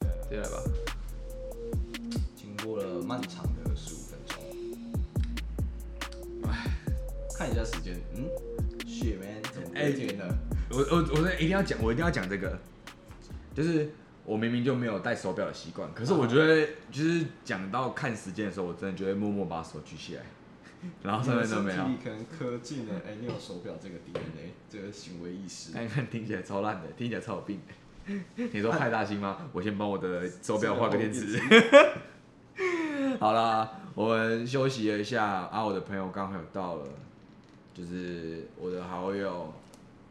直接来吧。经过了漫长的十五分钟，看一下时间，嗯，血 man 怎么哎隔天了？我我我说一定要讲，我一定要讲这个，就是我明明就没有戴手表的习惯，可是我觉得就是讲到看时间的时候，我真的就会默默把手举起来，然后上面哦都没有你的身体。里可能刻进了哎，你有手表这个 DNA，这个行为意识。那你看听起来超烂的，听起来超有病的。你说派大星 吗？我先帮我的手表换个电池。 好啦，我们休息了一下啊，我的朋友刚好有到了，就是我的好友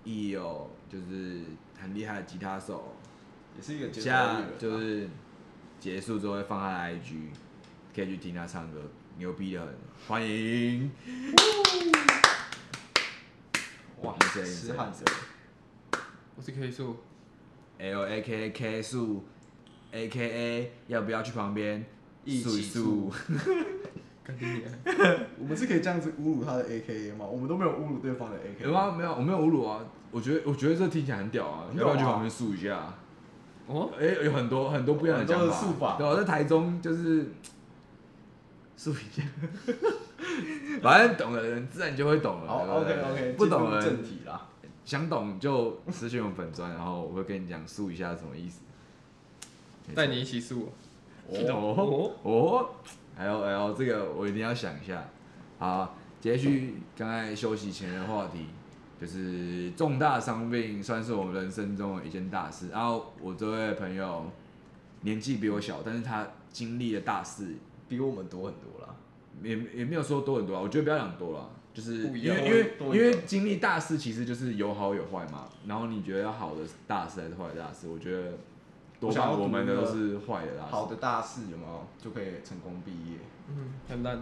益友，就是很厉害的吉他手，也是一个节啊奏下乐就是结束之后会放他的 IG，可以去听他唱歌，牛逼的很，欢迎。哇，这痴汉者，我是 K 数， L A K A K 数，A K A 要不要去旁边一数一起数？干你娘！我们是可以这样子侮辱他的 AKA 吗？我们都没有侮辱对方的 AKA。有吗？没有，我没有侮辱啊。我觉得我觉得这听起来很屌啊，很要屌啊不要去旁边数一下？哦，哎、有很多很多不一样的讲很多法。啊的数法对，我在台中就是 数一下， 反正懂的人自然就会懂了。好对不对，OK OK，不懂的正人题啦。想懂就私信我粉砖，然后我会跟你讲数一下是什么意思。没错带你一起数。哦哦，还有还有，这个我一定要想一下。好，接续刚才休息前的话题，就是重大伤病算是我们人生中的一件大事。然后我这位朋友年纪比我小，但是他经历了大事，比我们多很多啦。也也没有说多很多啊，我觉得不要讲多了。就是不一因样为因为多一因为点经历大事，其实就是有好有坏嘛。然后你觉得好的大事还是坏的大事？我觉得多我想要半我们的读都一个是坏的大事。好的大事有没有就可以成功毕业？嗯，很烂，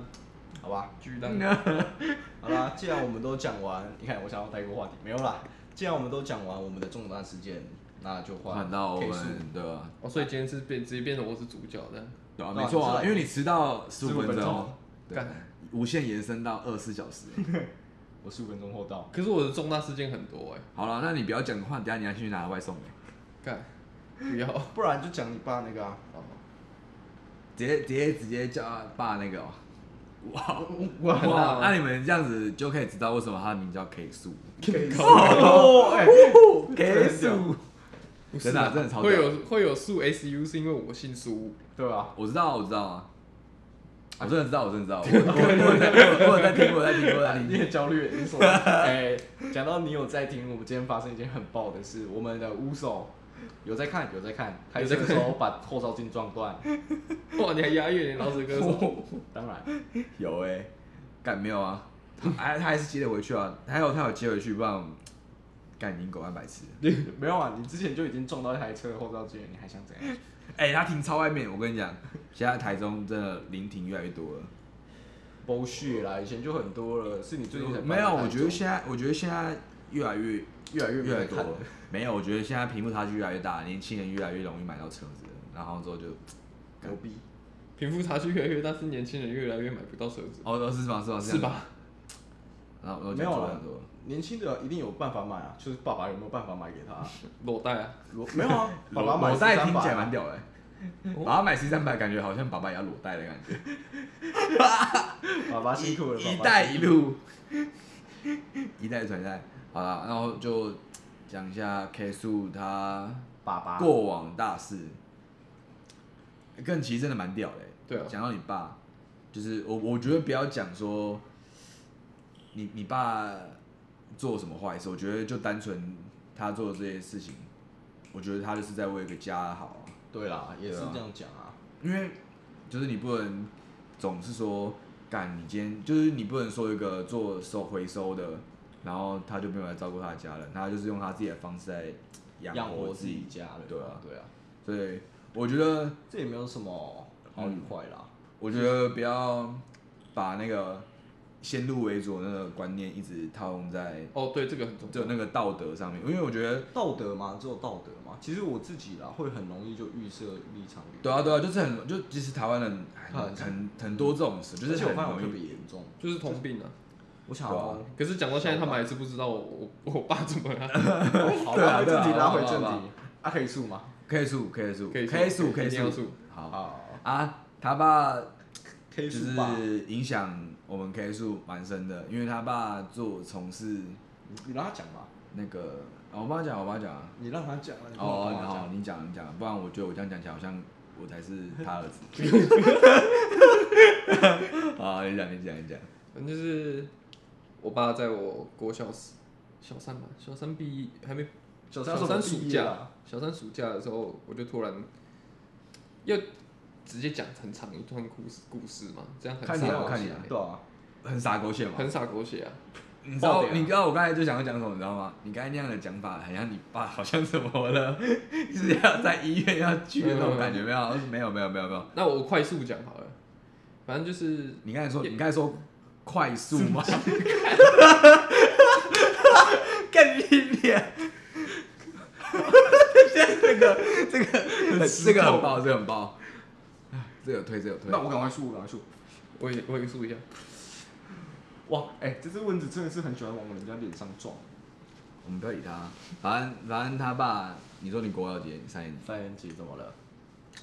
好吧，巨烂。嗯好啦，既然我们都讲完，你看我想要带过话题没有啦。既然我们都讲完我们的重大事件，那就换换到我 K 数们啊的哦，所以今天是变直接变成我是主角的，对啊，对啊没错就是啊，来因为你迟到十五15分分钟钟，对干，无限延伸到二十四小时。 我十五分钟后到。可是我的重大事件很多哎、好了，那你不要讲的话，等一下你要去拿外送欸干，不要，不然就讲你爸那个啊，直接直接直接叫他爸那个哦。哇哇哇！那你们这样子就可以知道为什么他的名叫 K 数可以哦，哎， ，K 数。不是真的啊啊真的超屌会有会有数 SU 是因为我姓苏，对吧？我知道，我知道啊，哎我真的知道，我真的 知道，我我我有在我我有在听，我有在听，我有在你听。也焦虑，你说，哎，讲到你有在听，我们今天发生一件很爆的事，我们的乌手有在看，有在看，开车的时候把后照镜撞断，哇，你还押韵，你欸老 子歌手，当然，有哎、干没有啊？他他还是接得回去啊，还有他有接回去，不然干你狗蛋白痴。没有啊，你之前就已经撞到一台车的后照镜了，你还想怎样？哎、他停超外面，我跟你讲，现在台中真的临停越来越多了。剥削啦，以前就很多了，是你最近才没有，我觉得现在，我觉得现在越来越越来越越来越没多看了了。没有，我觉得现在贫富差距越来越大，年轻人越来越容易买到车子了，然后之后就牛逼，贫富差距越来越大，是年轻人越来越买不到车子，哦，是吗？是吗？是这样？吧？然后我没有啊了啦很多，年轻的一定有办法买啊，就是爸爸有没有办法买给他、 啊？裸贷啊，裸没有啊，爸爸买裸贷听1300起来蛮屌的、爸爸买 C 三百，感觉好像爸爸也要裸贷的感觉，爸爸辛苦了，一爸爸带一路， 一代传一代。好了，然后就讲一下 K 数他爸爸过往大事，更其实真的蛮屌的、欸。对啊讲到你爸，就是我我觉得不要讲说你你爸做什么坏事，我觉得就单纯他做的这些事情，我觉得他就是在为一个家好、啊，对啦，也是对啊这样讲啊，因为就是你不能总是说干你今天，就是你不能说一个做收回收的，然后他就没有来照顾他的家人，他就是用他自己的方式来养养活自自己己，家人，对啊对啊，所以我觉得。这也没有什么好与坏啦，我觉得不要把那个先入为主的那个观念一直套用在哦，对，这个很重就要，那个道德上面，因为我觉得道德嘛，只有道德嘛。其实我自己啦，会很容易就预设立场与，对啊对啊，就是很就其实台湾人很很很很多这种事，就而是且我很发现我特容别易严重，就是通病啊。我想对要啊可是讲到现在，他们还是不知道我我我爸怎么了。好对啊拉回对啊正题，拉好吧回正好题，吧啊可以数吗？ K 数 K 数可以 K 数可以 K 一定要数数，好好啊，他爸，K 就数吧，是影响我们 K 数蛮深的，因为他爸做从事你你让他讲吧，那个，啊我帮他讲，我帮他讲啊。你让他讲啊，你不能哦跟，我好，讲，你讲你讲，不然我觉得我这样讲起来好像我才是他儿子。 好，你讲你讲你讲。反正就是我爸在我国小时小三吧，小三毕业还没小三小三暑暑假，小三暑假的时候，我就突然要直接讲很长一段故事故事嘛，这样很看你傻啊狗看你血啊对啊，很傻狗血嘛。很傻狗血啊！你知道爆，点啊你知道我刚才就想要讲什么，你知道吗？你刚才那样的讲法，好像你爸好像怎么了， 是要在医院要去的那种感觉，没有？没有，没有，没有，没有。那我快速讲好了，反正就是你刚才说，你刚才说快速吗？ 更一点。 这个这个这个很爆，这个很爆，这个有推，这个有推那。我赶快输，我赶快输。我也我也述一下，哇，哎、这只蚊子真的是很喜欢往人家脸上撞。我们不要理他，反正反正他爸，你说你国小姐三年级，三年级怎么了？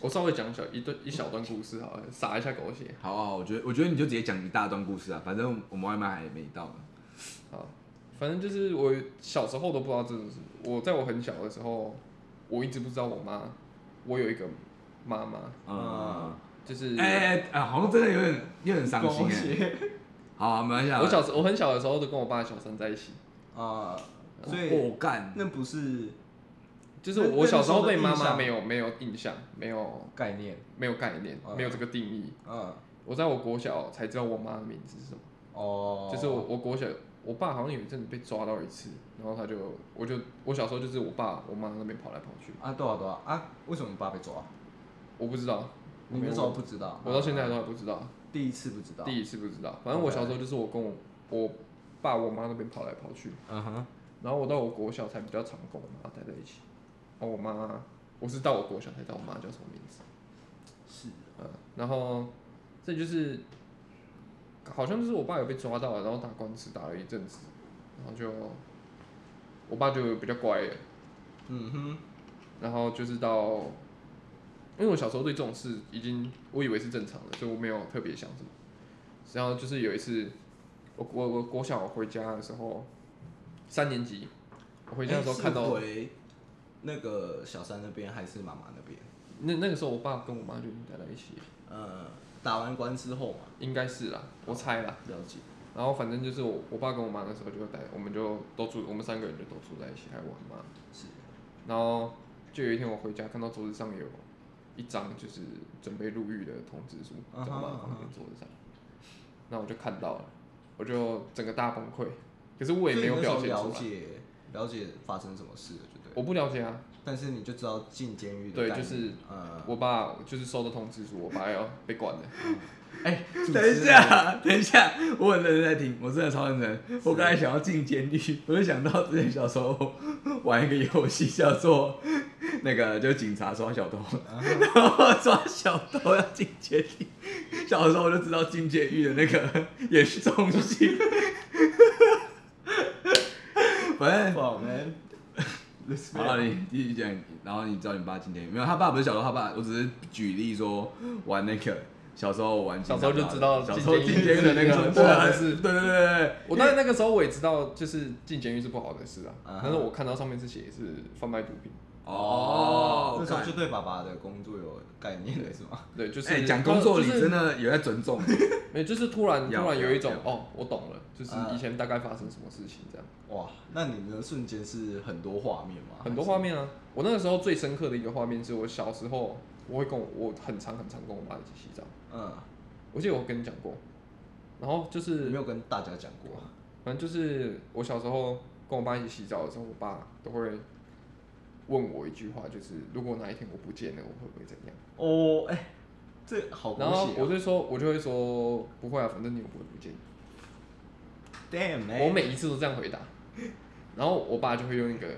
我稍微讲小一段一小段故事好了，撒一下狗血。好啊，好我觉得我觉得你就直接讲一大段故事啊，反正我们外卖还没到呢。好，反正就是我小时候都不知道这种事。我在我很小的时候，我一直不知道我妈，我有一个妈妈，嗯，就是哎哎、哎好像真的有点有点伤心狗哎、血好、啊，没关系啊。我小时我很小的时候都跟我爸小三在一起， 啊、所以我干，那不是就是那我我小时候对妈那时候妈的没有没有印象，没有概念，没有概念嗯，没有这个定义。嗯，我在我国小才知道我妈的名字是什么，哦，就是我我国小我爸好像有一阵子被抓到一次，然后他就我就我小时候就是我爸我妈那边跑来跑去，啊，对啊对啊啊，为什么你爸被抓？我不知道，你那时候不知道，我到现在都还不知道。第一次不知道，第一次不知道，反正我小时候就是我跟我我爸我妈那边跑来跑去，嗯哼，然后我到我国小才比较常跟我妈待在一起。然后我妈，我是到我国小才知道我妈叫什么名字，是嗯，然后这就是好像就是我爸有被抓到了，然后打官司打了一阵子，然后就我爸就比较乖了，嗯哼，然后就是到。因为我小时候对这种事已经我以为是正常的，所以我没有特别想什么。然后就是有一次，我我我国小回家的时候，三年级，我回家的时候哎看到、是回那个小三那边还是妈妈那边？那那个时候我爸跟我妈就已经待在一起了，呃，打完官司后嘛，应该是啦，我猜啦。了解，然后反正就是我我爸跟我妈那时候就待，我们就都住，我们三个人就都住在一起，还有我妈。是然后就有一天我回家看到桌子上有一张就是准备入狱的通知书，啊哈在我妈啊哈旁边桌子上，那我就看到了，我就整个大崩溃。可是我也没有表所以现那时候出了来，解了解发生什么事了，就对了。我不了解啊。但是你就知道进监狱的对概念就是呃，我爸就是收到通知书，我爸要被 关了。哎、主持人等一下，等一下，我很认真在听，我真的超认真。我刚才想要进监狱，我就想到之前小时候玩一个游戏叫做那个，就警察抓小偷，啊然后抓小偷要进监狱。小时候我就知道进监狱的那个也是中 心。反正我 们好了，你继续讲，然后你知道你爸今天没有？他爸不是小时候，他爸我只是举例说玩那个小时候玩警察小时候就知道小时候进进监监狱狱的那个是对啊不好的是，事对对对对，我当然那个时候我也知道，就是进监狱是不好的事啊啊哈。但是我看到上面是写是贩卖毒品，哦，哦那时候就干对爸爸的工作有概念了，是吗？对，就是哎，讲工作你就是真的有在 尊重，没有，就是突然要突然有一种要要哦，我懂了，就是啊以前大概发生什么事情这样，哇，那你的瞬间是很多画面吗？很多画面啊。我那个时候最深刻的一个画面是我小时候，我会跟我我很常很常跟我妈一起洗澡，还是，嗯，我记得我跟你讲过，然后就你没是有跟大家讲过，反正就是我小时候跟我爸一起洗澡的时候，我爸都会问我一句话，就是如果哪一天我不见了，我会不会怎样？哦，哎，这好狗然后血我啊就说，我就会说不会啊，反正你又不会不见。 ，damn，哎我每一次都这样回答，然后我爸就会用一个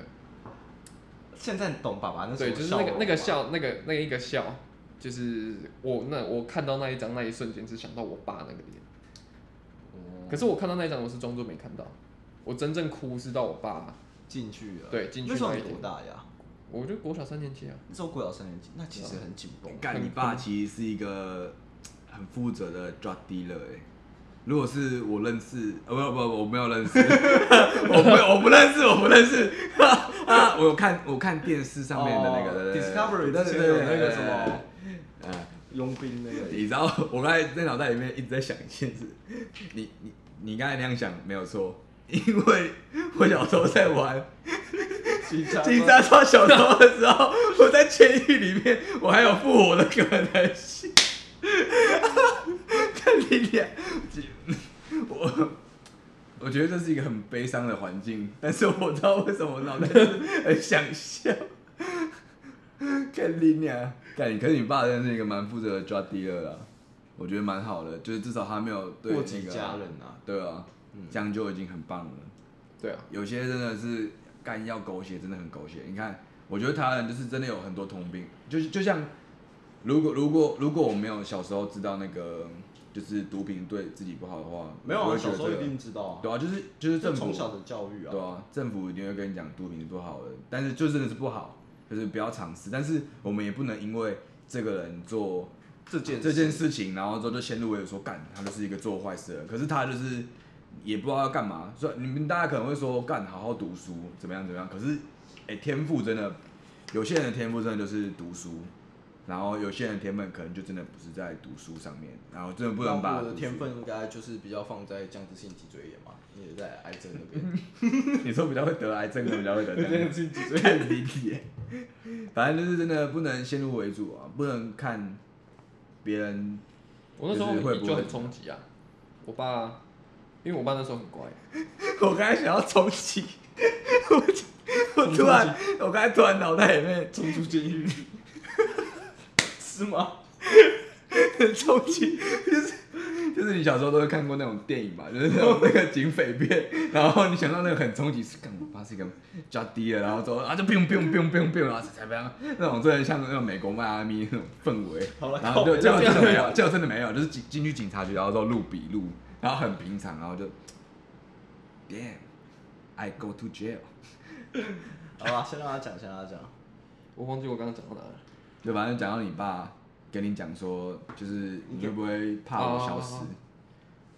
现在懂爸爸那时候对，就是那个容那个吗，笑，那个那一个笑，就是我那我看到那一张那一瞬间是想到我爸那个脸，哦可是我看到那一张我是装作没看到，我真正哭是到我爸进去了，对进去那时候那你一天多大呀？我就国小三年级啊，那时候国小三年级，那其实很紧绷。干，你爸其实是一个很负责的 drug dealer 哎、如果是我认识，呃，不不不，我没有 认识，我不我不认识，我不认识。 啊，我有看我看电视上面的那个、哦对对对 Discovery 对之前有那个什，对么对对对对对佣兵那呃个，嗯你知道我刚才在脑袋里面一直在想一件事，你你你刚才那样想没有错，因为我小时候在玩警察金沙抓小偷的时候，我在监狱里面，我还有复活的可能性。看你俩，我 我觉得这是一个很悲伤的环境，但是我知道为什么我脑袋就是很想笑。看你俩，看你，可是你爸真的是一个蛮负责的抓 D 了啦，我觉得蛮好的，就是至少他没有对过那及个家人啊，对啊，这样就已经很棒了。对啊，有些真的是干要狗血，真的很狗血。你看，我觉得台湾人就是真的有很多通病，就是就像如果如果如果我没有小时候知道那个就是毒品对自己不好的话，没有我啊，会觉小得时候一这个定知道啊，对啊，就是就是这政府从小的教育啊对，啊，政府一定会跟你讲毒品是不好的，但是就真的是不好，就是不要尝试。但是我们也不能因为这个人做这件这件事情，然后之后就先入为主说干，他就是一个做坏事的人。可是他就是也不知道要干嘛，所以你们大家可能会说干，好好读书，怎么样怎么样。可是，哎、天赋真的，有些人的天赋真的就是读书，然后有些人的天分可能就真的不是在读书上面，然后真的不能把我的读书天，分应该就是比较放在降脂性脊椎炎嘛，也在癌症那边。你说比较会得癌症，比较 会得这样降脂性脊椎，看理解。反正就是真的不能先入为主啊，不能看别人。我那时候就是会不会就很冲击啊。我爸，因为我爸那时候很乖， 我刚才想要重启， 我我突然，我刚才突然脑袋里面冲出监狱，是吗？重启， 就是就是你小时候都会看过那种电影吧， 就是那种那个警匪片，然后你想到那个很冲击，是干我爸是一个较低的，然后之后啊就 biu biu biu biu biu，然后才才那种真的像那种美国迈阿密那种氛围。好了，然后就靠结果这真样的没有，结果真的没有，就是进进去警察局，然后说录笔录，然后很平常，然后就 damn I go to jail，好吧，先让他讲，先让他讲。我忘记我刚刚讲到哪了。就反正讲到你爸跟你讲说，就是你会不会怕我消失？哦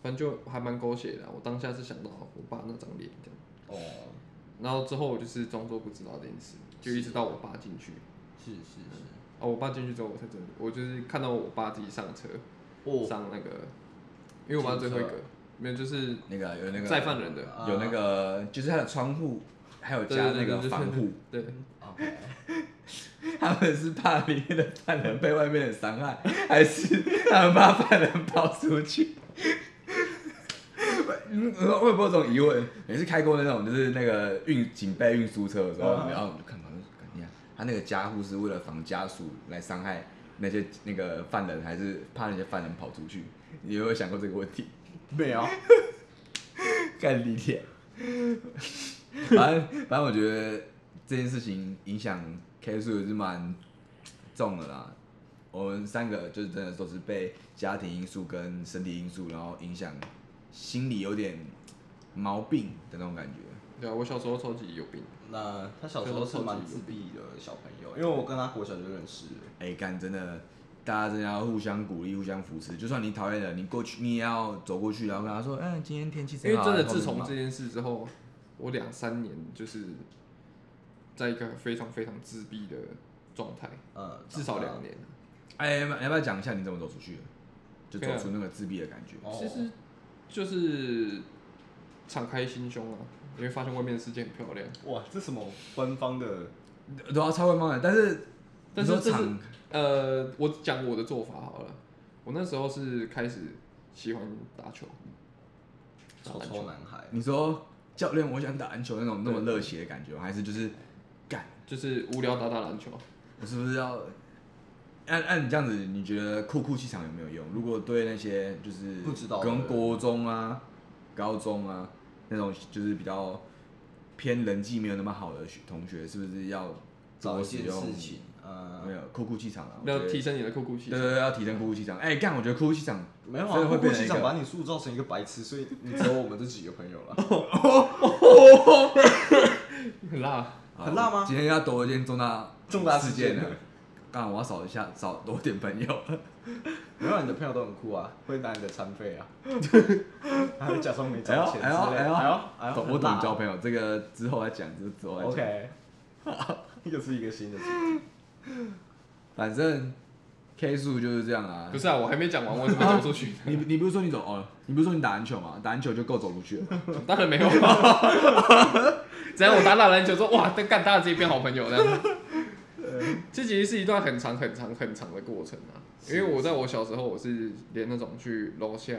反正就还蛮狗血的啊、我当下是想到我爸那张脸这样，哦，然后之后我就是装作不知道这件事，就一直到我爸进去。是是是，啊，我爸进去之后，我才真的，我就是看到我爸自己上车，哦，上那个，因为我爸最后一个，没有就是那个有那个再犯人的，啊有那个就是他的窗户还有对加那个防，护，嗯对对对对对，他们是怕里面的犯人被外面的伤害，还是他们怕犯人跑出去？ 嗯我会不会有这种疑问？每次开过那种就是那个运警备运输车的时候，嗯然后我就看旁边，看你看啊他那个家户是为了防家属来伤害那些那个犯人，还是怕那些犯人跑出去？你有没有想过这个问题？没有，干你脸！反正反正我觉得这件事情影响 K 数也是蛮重的啦。我们三个就是真的都是被家庭因素跟身体因素，然后影响心理有点毛病的那种感觉。对啊，我小时候超级有病，那他小时候是蛮自闭的小朋友，因为我跟他国小就认识了。哎、干真的，大家真的要互相鼓励、互相扶持。就算你讨厌的人，你过去你也要走过去，然后跟他说：“嗯，今天天气因真为好啊。”真的然后自什么从这件事之后，我两三年就是在一个非常非常自闭的状态，呃，至少两年。哎、要不要讲一下你怎么走出去的？就走对啊出那个自闭的感觉。哦。其实就是敞开心胸啊，你会发现外面的世界很漂亮。哇，这什么官方的？对啊，超会帮的，但是但是你说这是厂呃，我讲我的做法好了。我那时候是开始喜欢打球，打小篮丑球，男孩，你说教练，我想打篮球那种那对么热血的感觉吗，还是就是干，就是无聊打打篮球。我是不是要？按按你这样子，你觉得酷酷气场有没有用？如果对那些就是不知道的跟国中啊、高中啊那种就是比较偏人际没有那么好的学同学，是不是要找多一使件用事情，呃没，有酷酷气场啊？我要觉得提升你的酷酷气对场。对对，要提升酷酷气场。哎、干，我觉得酷酷气场没有真啊，的会会变被成市一长个把你塑造成一个白痴，所以 你只有我们这几个朋友了。很辣。好很辣吗今天要躲一件重大重大事事件 件了，刚我要少一下少多点朋友。没有你的朋友都很酷啊，会拿你的餐费啊， 还会假装没哎呦找钱之类哎呦的。哎呦哎呦，懂我懂交朋友，这个之后再讲，这个之后再讲。 OK，又是一个新的主题。反正 K 数就是这样啊。不是啊，我还没讲完，我怎么 走出去？你你不是说你走哦？你不是说你打篮球吗？打篮球就够走出去了。 当然没有。 怎样？我打打篮球说哇，但干大家直接变好朋友这样。这其实是一段很长、很长、很长的过程啊。因为我在我小时候，我是连那种去楼下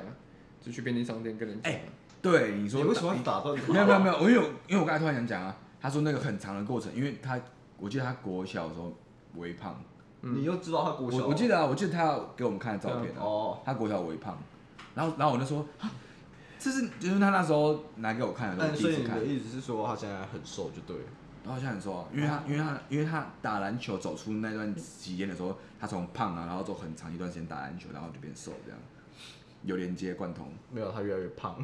就去便利商店跟人家，哎对，你你说为什么要打断？没有没有没有，我因为我因为我刚才突然想讲啊，他说那个很长的过程，因为他我记得他国小的时候微胖，有，你又知道他国小？我我记得啊，我记得他给我们看的照片啊，哦，他国小微胖，然后然后我就说，啊这是就是他那时候拿给我看的，但我第所一以次你看的，意思是说他现在很瘦就对了。然后我就很说，因嗯为他因为他因为他打篮球走出那段期间的时候，他从胖啊，然后走很长一段时间打篮球，然后就变瘦这样，有连接贯通。没有，他越来越胖，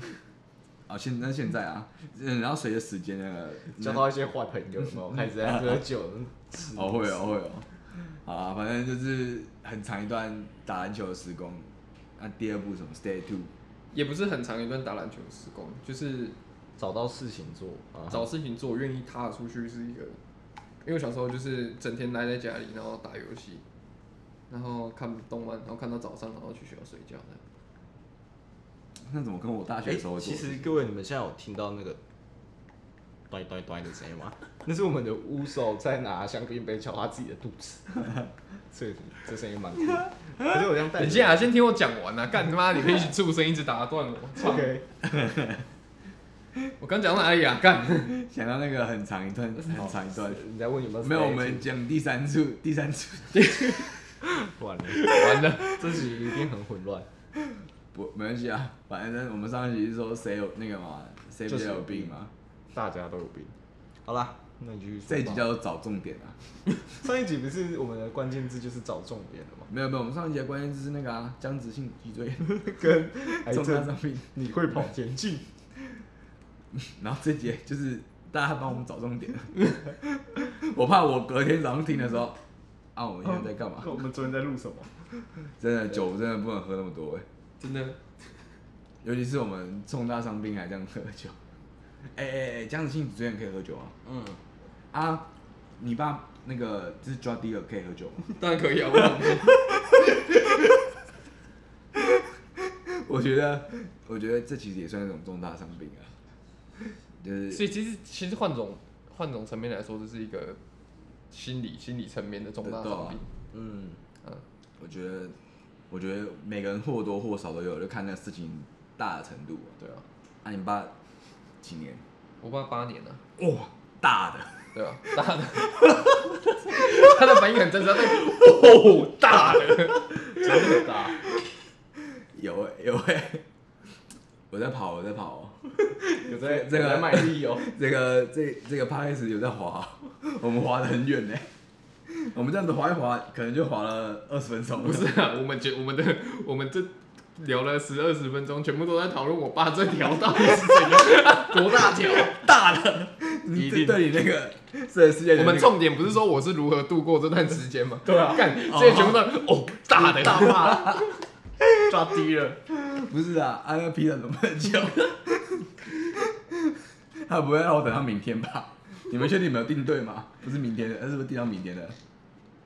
啊，现那现在啊，嗯，然后随着时间那个交到一些坏朋友，有 没有？开始在喝酒。哦，会哦，会哦。嗯好啊，反正就是很长一段打篮球的时光。那、第二步什么？Stay two。也不是很长一段打篮球的时光，就是找到事情做啊，找事情做，愿意踏出去是一个。因为我小时候就是整天待在家里，然后打游戏，然后看动漫，然后看到早上，然后去学校睡觉这样。那怎么跟我大学哎的时候、做其的事？实各位，你们现在有听到那个“咚咚咚”的声音吗？ 那是我们的乌手在拿香槟杯敲他自己的肚子， 所以这声音蛮酷的。可是我这样带等一下、啊，先听我讲完啊！ 干他妈，你可以畜生一直打断我，操！ ，OK，我刚讲到哪里啊？干！想到那个很长一段，很长一段。你在问有没有？没有，我们讲第三处，第三处完了，完了，这集一定很混乱。不没关系啊，反正我们上一集是说谁有那个嘛，谁比就是较有有病嘛。大家都有病。好啦，那你继续说吧。这一集叫做找重点啊。上一集不是我们的关键字就是找重点了吗？没有没有，我们上一集的关键字是那个啊，僵直性脊椎跟 癌重大症伤，病。哎你会跑田径， 然后这节就是大家帮我们找重点， 我怕我隔天早上听的时候，啊，我们现在在干嘛？我们昨天在录什么？真的酒真的不能喝那么多哎，真的，尤其是我们重大伤病还这样喝酒。哎哎哎，这样子性子之前可以喝酒啊？嗯，啊，你爸那个就是 drug dealer 可以喝酒吗？当然可以啊！我想说我觉得， 我觉得这其实也算一种重大伤病啊，就是 所以其实其实换种换种层面来说，这是一个心理心理层面的重大伤病。嗯，嗯，我觉得，我觉得每个人或多或少都有，就看那个事情大的程度啊。对啊，啊，你爸几年？我爸八年了，哇，大的， 对啊，大的， 他的反应很真实，他在哦，大的，真的大。有欸有哎， 我在跑，我在跑哦，有在这个有在卖力 哦，这个这这个 p a 始有在滑 哦，我们滑的很远呢，我们这样子滑一滑，可能就滑了二十分钟，不是啊，我们觉我们的我们这聊了十二十分钟，全部都在讨论我爸这条到底是怎样 多大 条。大的，一你定这对你那个这个世界的那我个，们重点不是说我是如何度过这段时间吗？对啊，干，这些全部都哦大的大骂，抓低了，不是啊，啊那个皮特怎么久？ 他不会让我等到明天吧？你们确定你们有订对吗？不是明天的，那是不是订到明天的？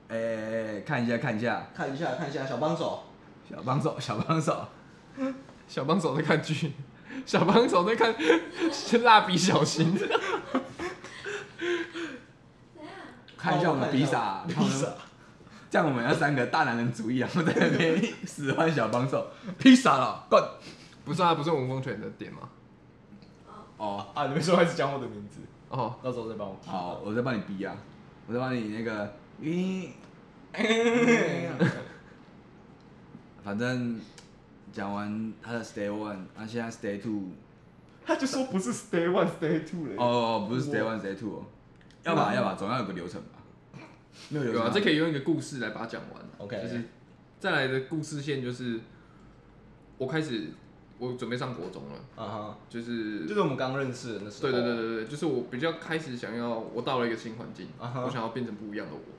哎、看一下看一下，看一下看一下，小帮手，小帮手 小帮手， 小帮手在看剧，小帮手在看蜡笔小新，看一下我们比萨，披萨，这样我们要三个大男人主义啊！我们在那边使唤小帮手，披萨了，Go！不是啊，不是文风犬的点吗？哦，啊，你们说还是讲我的名字，哦，到时候再帮我记。好，我再帮你逼啊，我再帮你那个，咦，反正讲完他的 Stay One，啊，现在 Stay Two， 他就说不是 stay one stay two 了，哦，不是 Stay One，Stay Two，哦要吧要吧，总要有个流程吧，没有流有程啊吗，这可以用一个故事来把它讲完啊。 OK 就是再来的故事线就是我开始我准备上国中了，啊就是哈，就是我们刚认识的那时候，对对对对对，就是我比较开始想要，我到了一个新环境啊哈我想要变成不一样的我。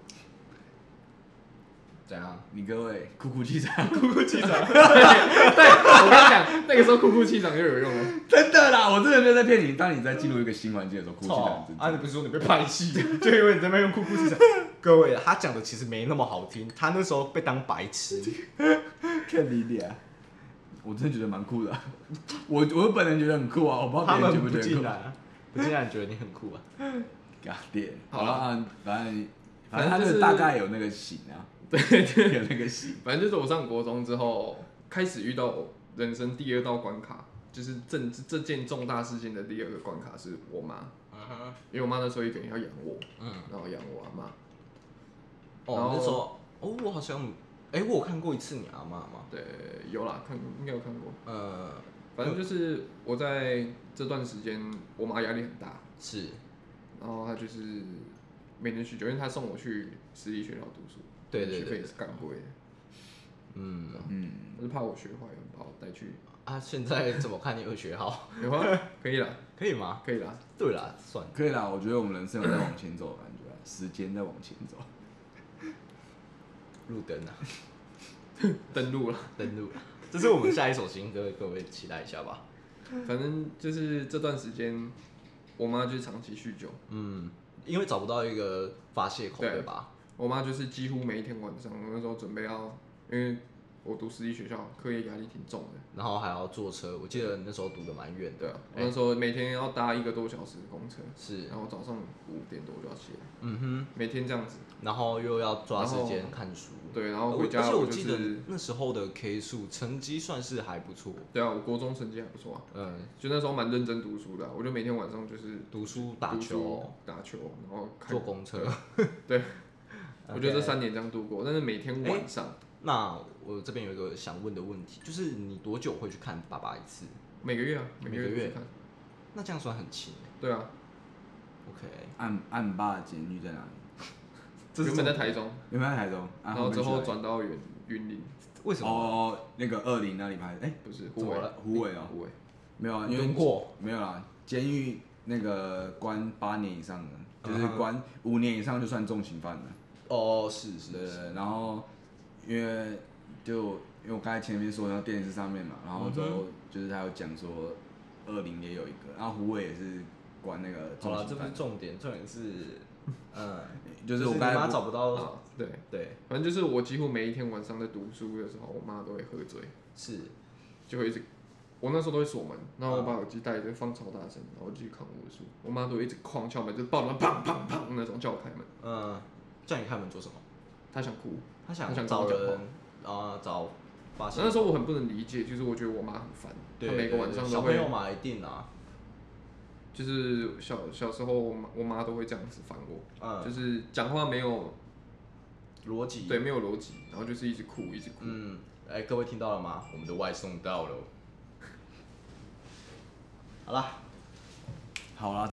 怎样？你各位酷酷机长，哭哭泣长，对，我跟你讲，那个时候酷酷气长就有用了。 真的啦，我真的没有在骗你。当你在进入一个新环境的时候，酷酷机 长操真！的啊，你不是说你被拍戏，就因为你在那边用哭哭 泣长。各位，他讲的其实没那么好听，他那时候被当白痴。看你脸，我真的觉得蛮酷的 啊、我我本人觉得很酷啊，我不知道他别人觉们不不觉竟得酷。然，不竟然觉得你很酷啊！嘎点，好好了了啊，反正反反正正他就是是大概有那个型啊， 对，有那个型。反正就是我上国中之后，开始遇到人生第二道关卡，就是政这件重大事件的第二个关卡是我妈，嗯因为我妈那时候一个人要养我，嗯，然后养我阿妈。然哦后，那时候，哦，我好像，哎，我有看过一次你阿妈嘛，对，有啦，看应该有看过。呃，反正就是我在这段时间，我妈压力很大，是，然后她就是每年许久，因为她送我去私立学校读书，对对学费对也是干贵的，嗯，嗯，她就怕我学坏，把我带去。啊，现在怎么看你二学号？有啊，可以啦，可以吗？可以啦，对啦，算了，可以啦，我觉得我们人生有在往前走的感觉啊，时间在往前走。路灯啊， 登录了。登录啊，这是我们下一首新歌，各位期待一下吧。反正就是这段时间，我妈就是长期酗酒，嗯，因为找不到一个发泄口，对对吧？我妈就是几乎每一天晚上，我那时候准备要，因为我读私立学校，课业压力挺重的，然后还要坐车，我记得你那时候读的蛮远对的啊，，我那时候每天要搭一个多小时的公车，是，然后早上五点多就要起来，嗯哼。每天这样子，然后又要抓时然间后看书。对，呃然后回而家且我就记得是，那时候的 K 数成绩算是还不错，对啊，我国中成绩还不错啊，嗯，就那时候蛮认真读书的啊、我就每天晚上就是读书、打读书球、、打球，然后看坐公车。 我觉得这 OK 三年这样度过，但是每天晚上。那我这边有一个想问的问题，就是你多久会去看爸爸一次？每个月啊，每每个个月去看。那这样算很勤对啊， ，OK？按按爸的监狱在哪里？ 这是原本在台中，有没有在台中？啊然后之后后面去哪里转到云云林，为什哦么？哦，哦那个二零那里拍的，哎，不是怎虎么尾了胡伟哦，虎尾。没有啊，因轮为过没有啦，监狱那个关八年以上的，就是嗯哼关五年以上就算重刑犯了。哦，是是对对是，对，然后因为就因为我刚才前面说到电视上面嘛，然后之后就是他有讲说二零也有一个，然后胡伟也是关那个好重哦了，呃这刑不是犯，重点，重点是， 嗯，就是我你刚才妈不找不到，啊，对，对，反正就是我几乎每一天晚上在读书的时候，我妈都会喝醉，是就会一直，我那时候都会锁门，然后我把耳机戴着放超大声，然后我继续看我的书，我妈都会一直狂敲门，就是抱着砰砰砰那种叫我开门，嗯，叫你开门做什么？她想哭。他想他想跟找我讲话人，啊、找发现那时候我很不能理解，就是我觉得我妈很烦，她对每个晚对上都小朋友会，嘛，一定啊，就是小小时候我妈我妈都会这样子烦我，嗯，就是讲话没有逻辑，对，没有逻辑，然后就是一直哭，一直哭。嗯，哎、各位听到了吗？我们的外送到了哦。好啦，好啦，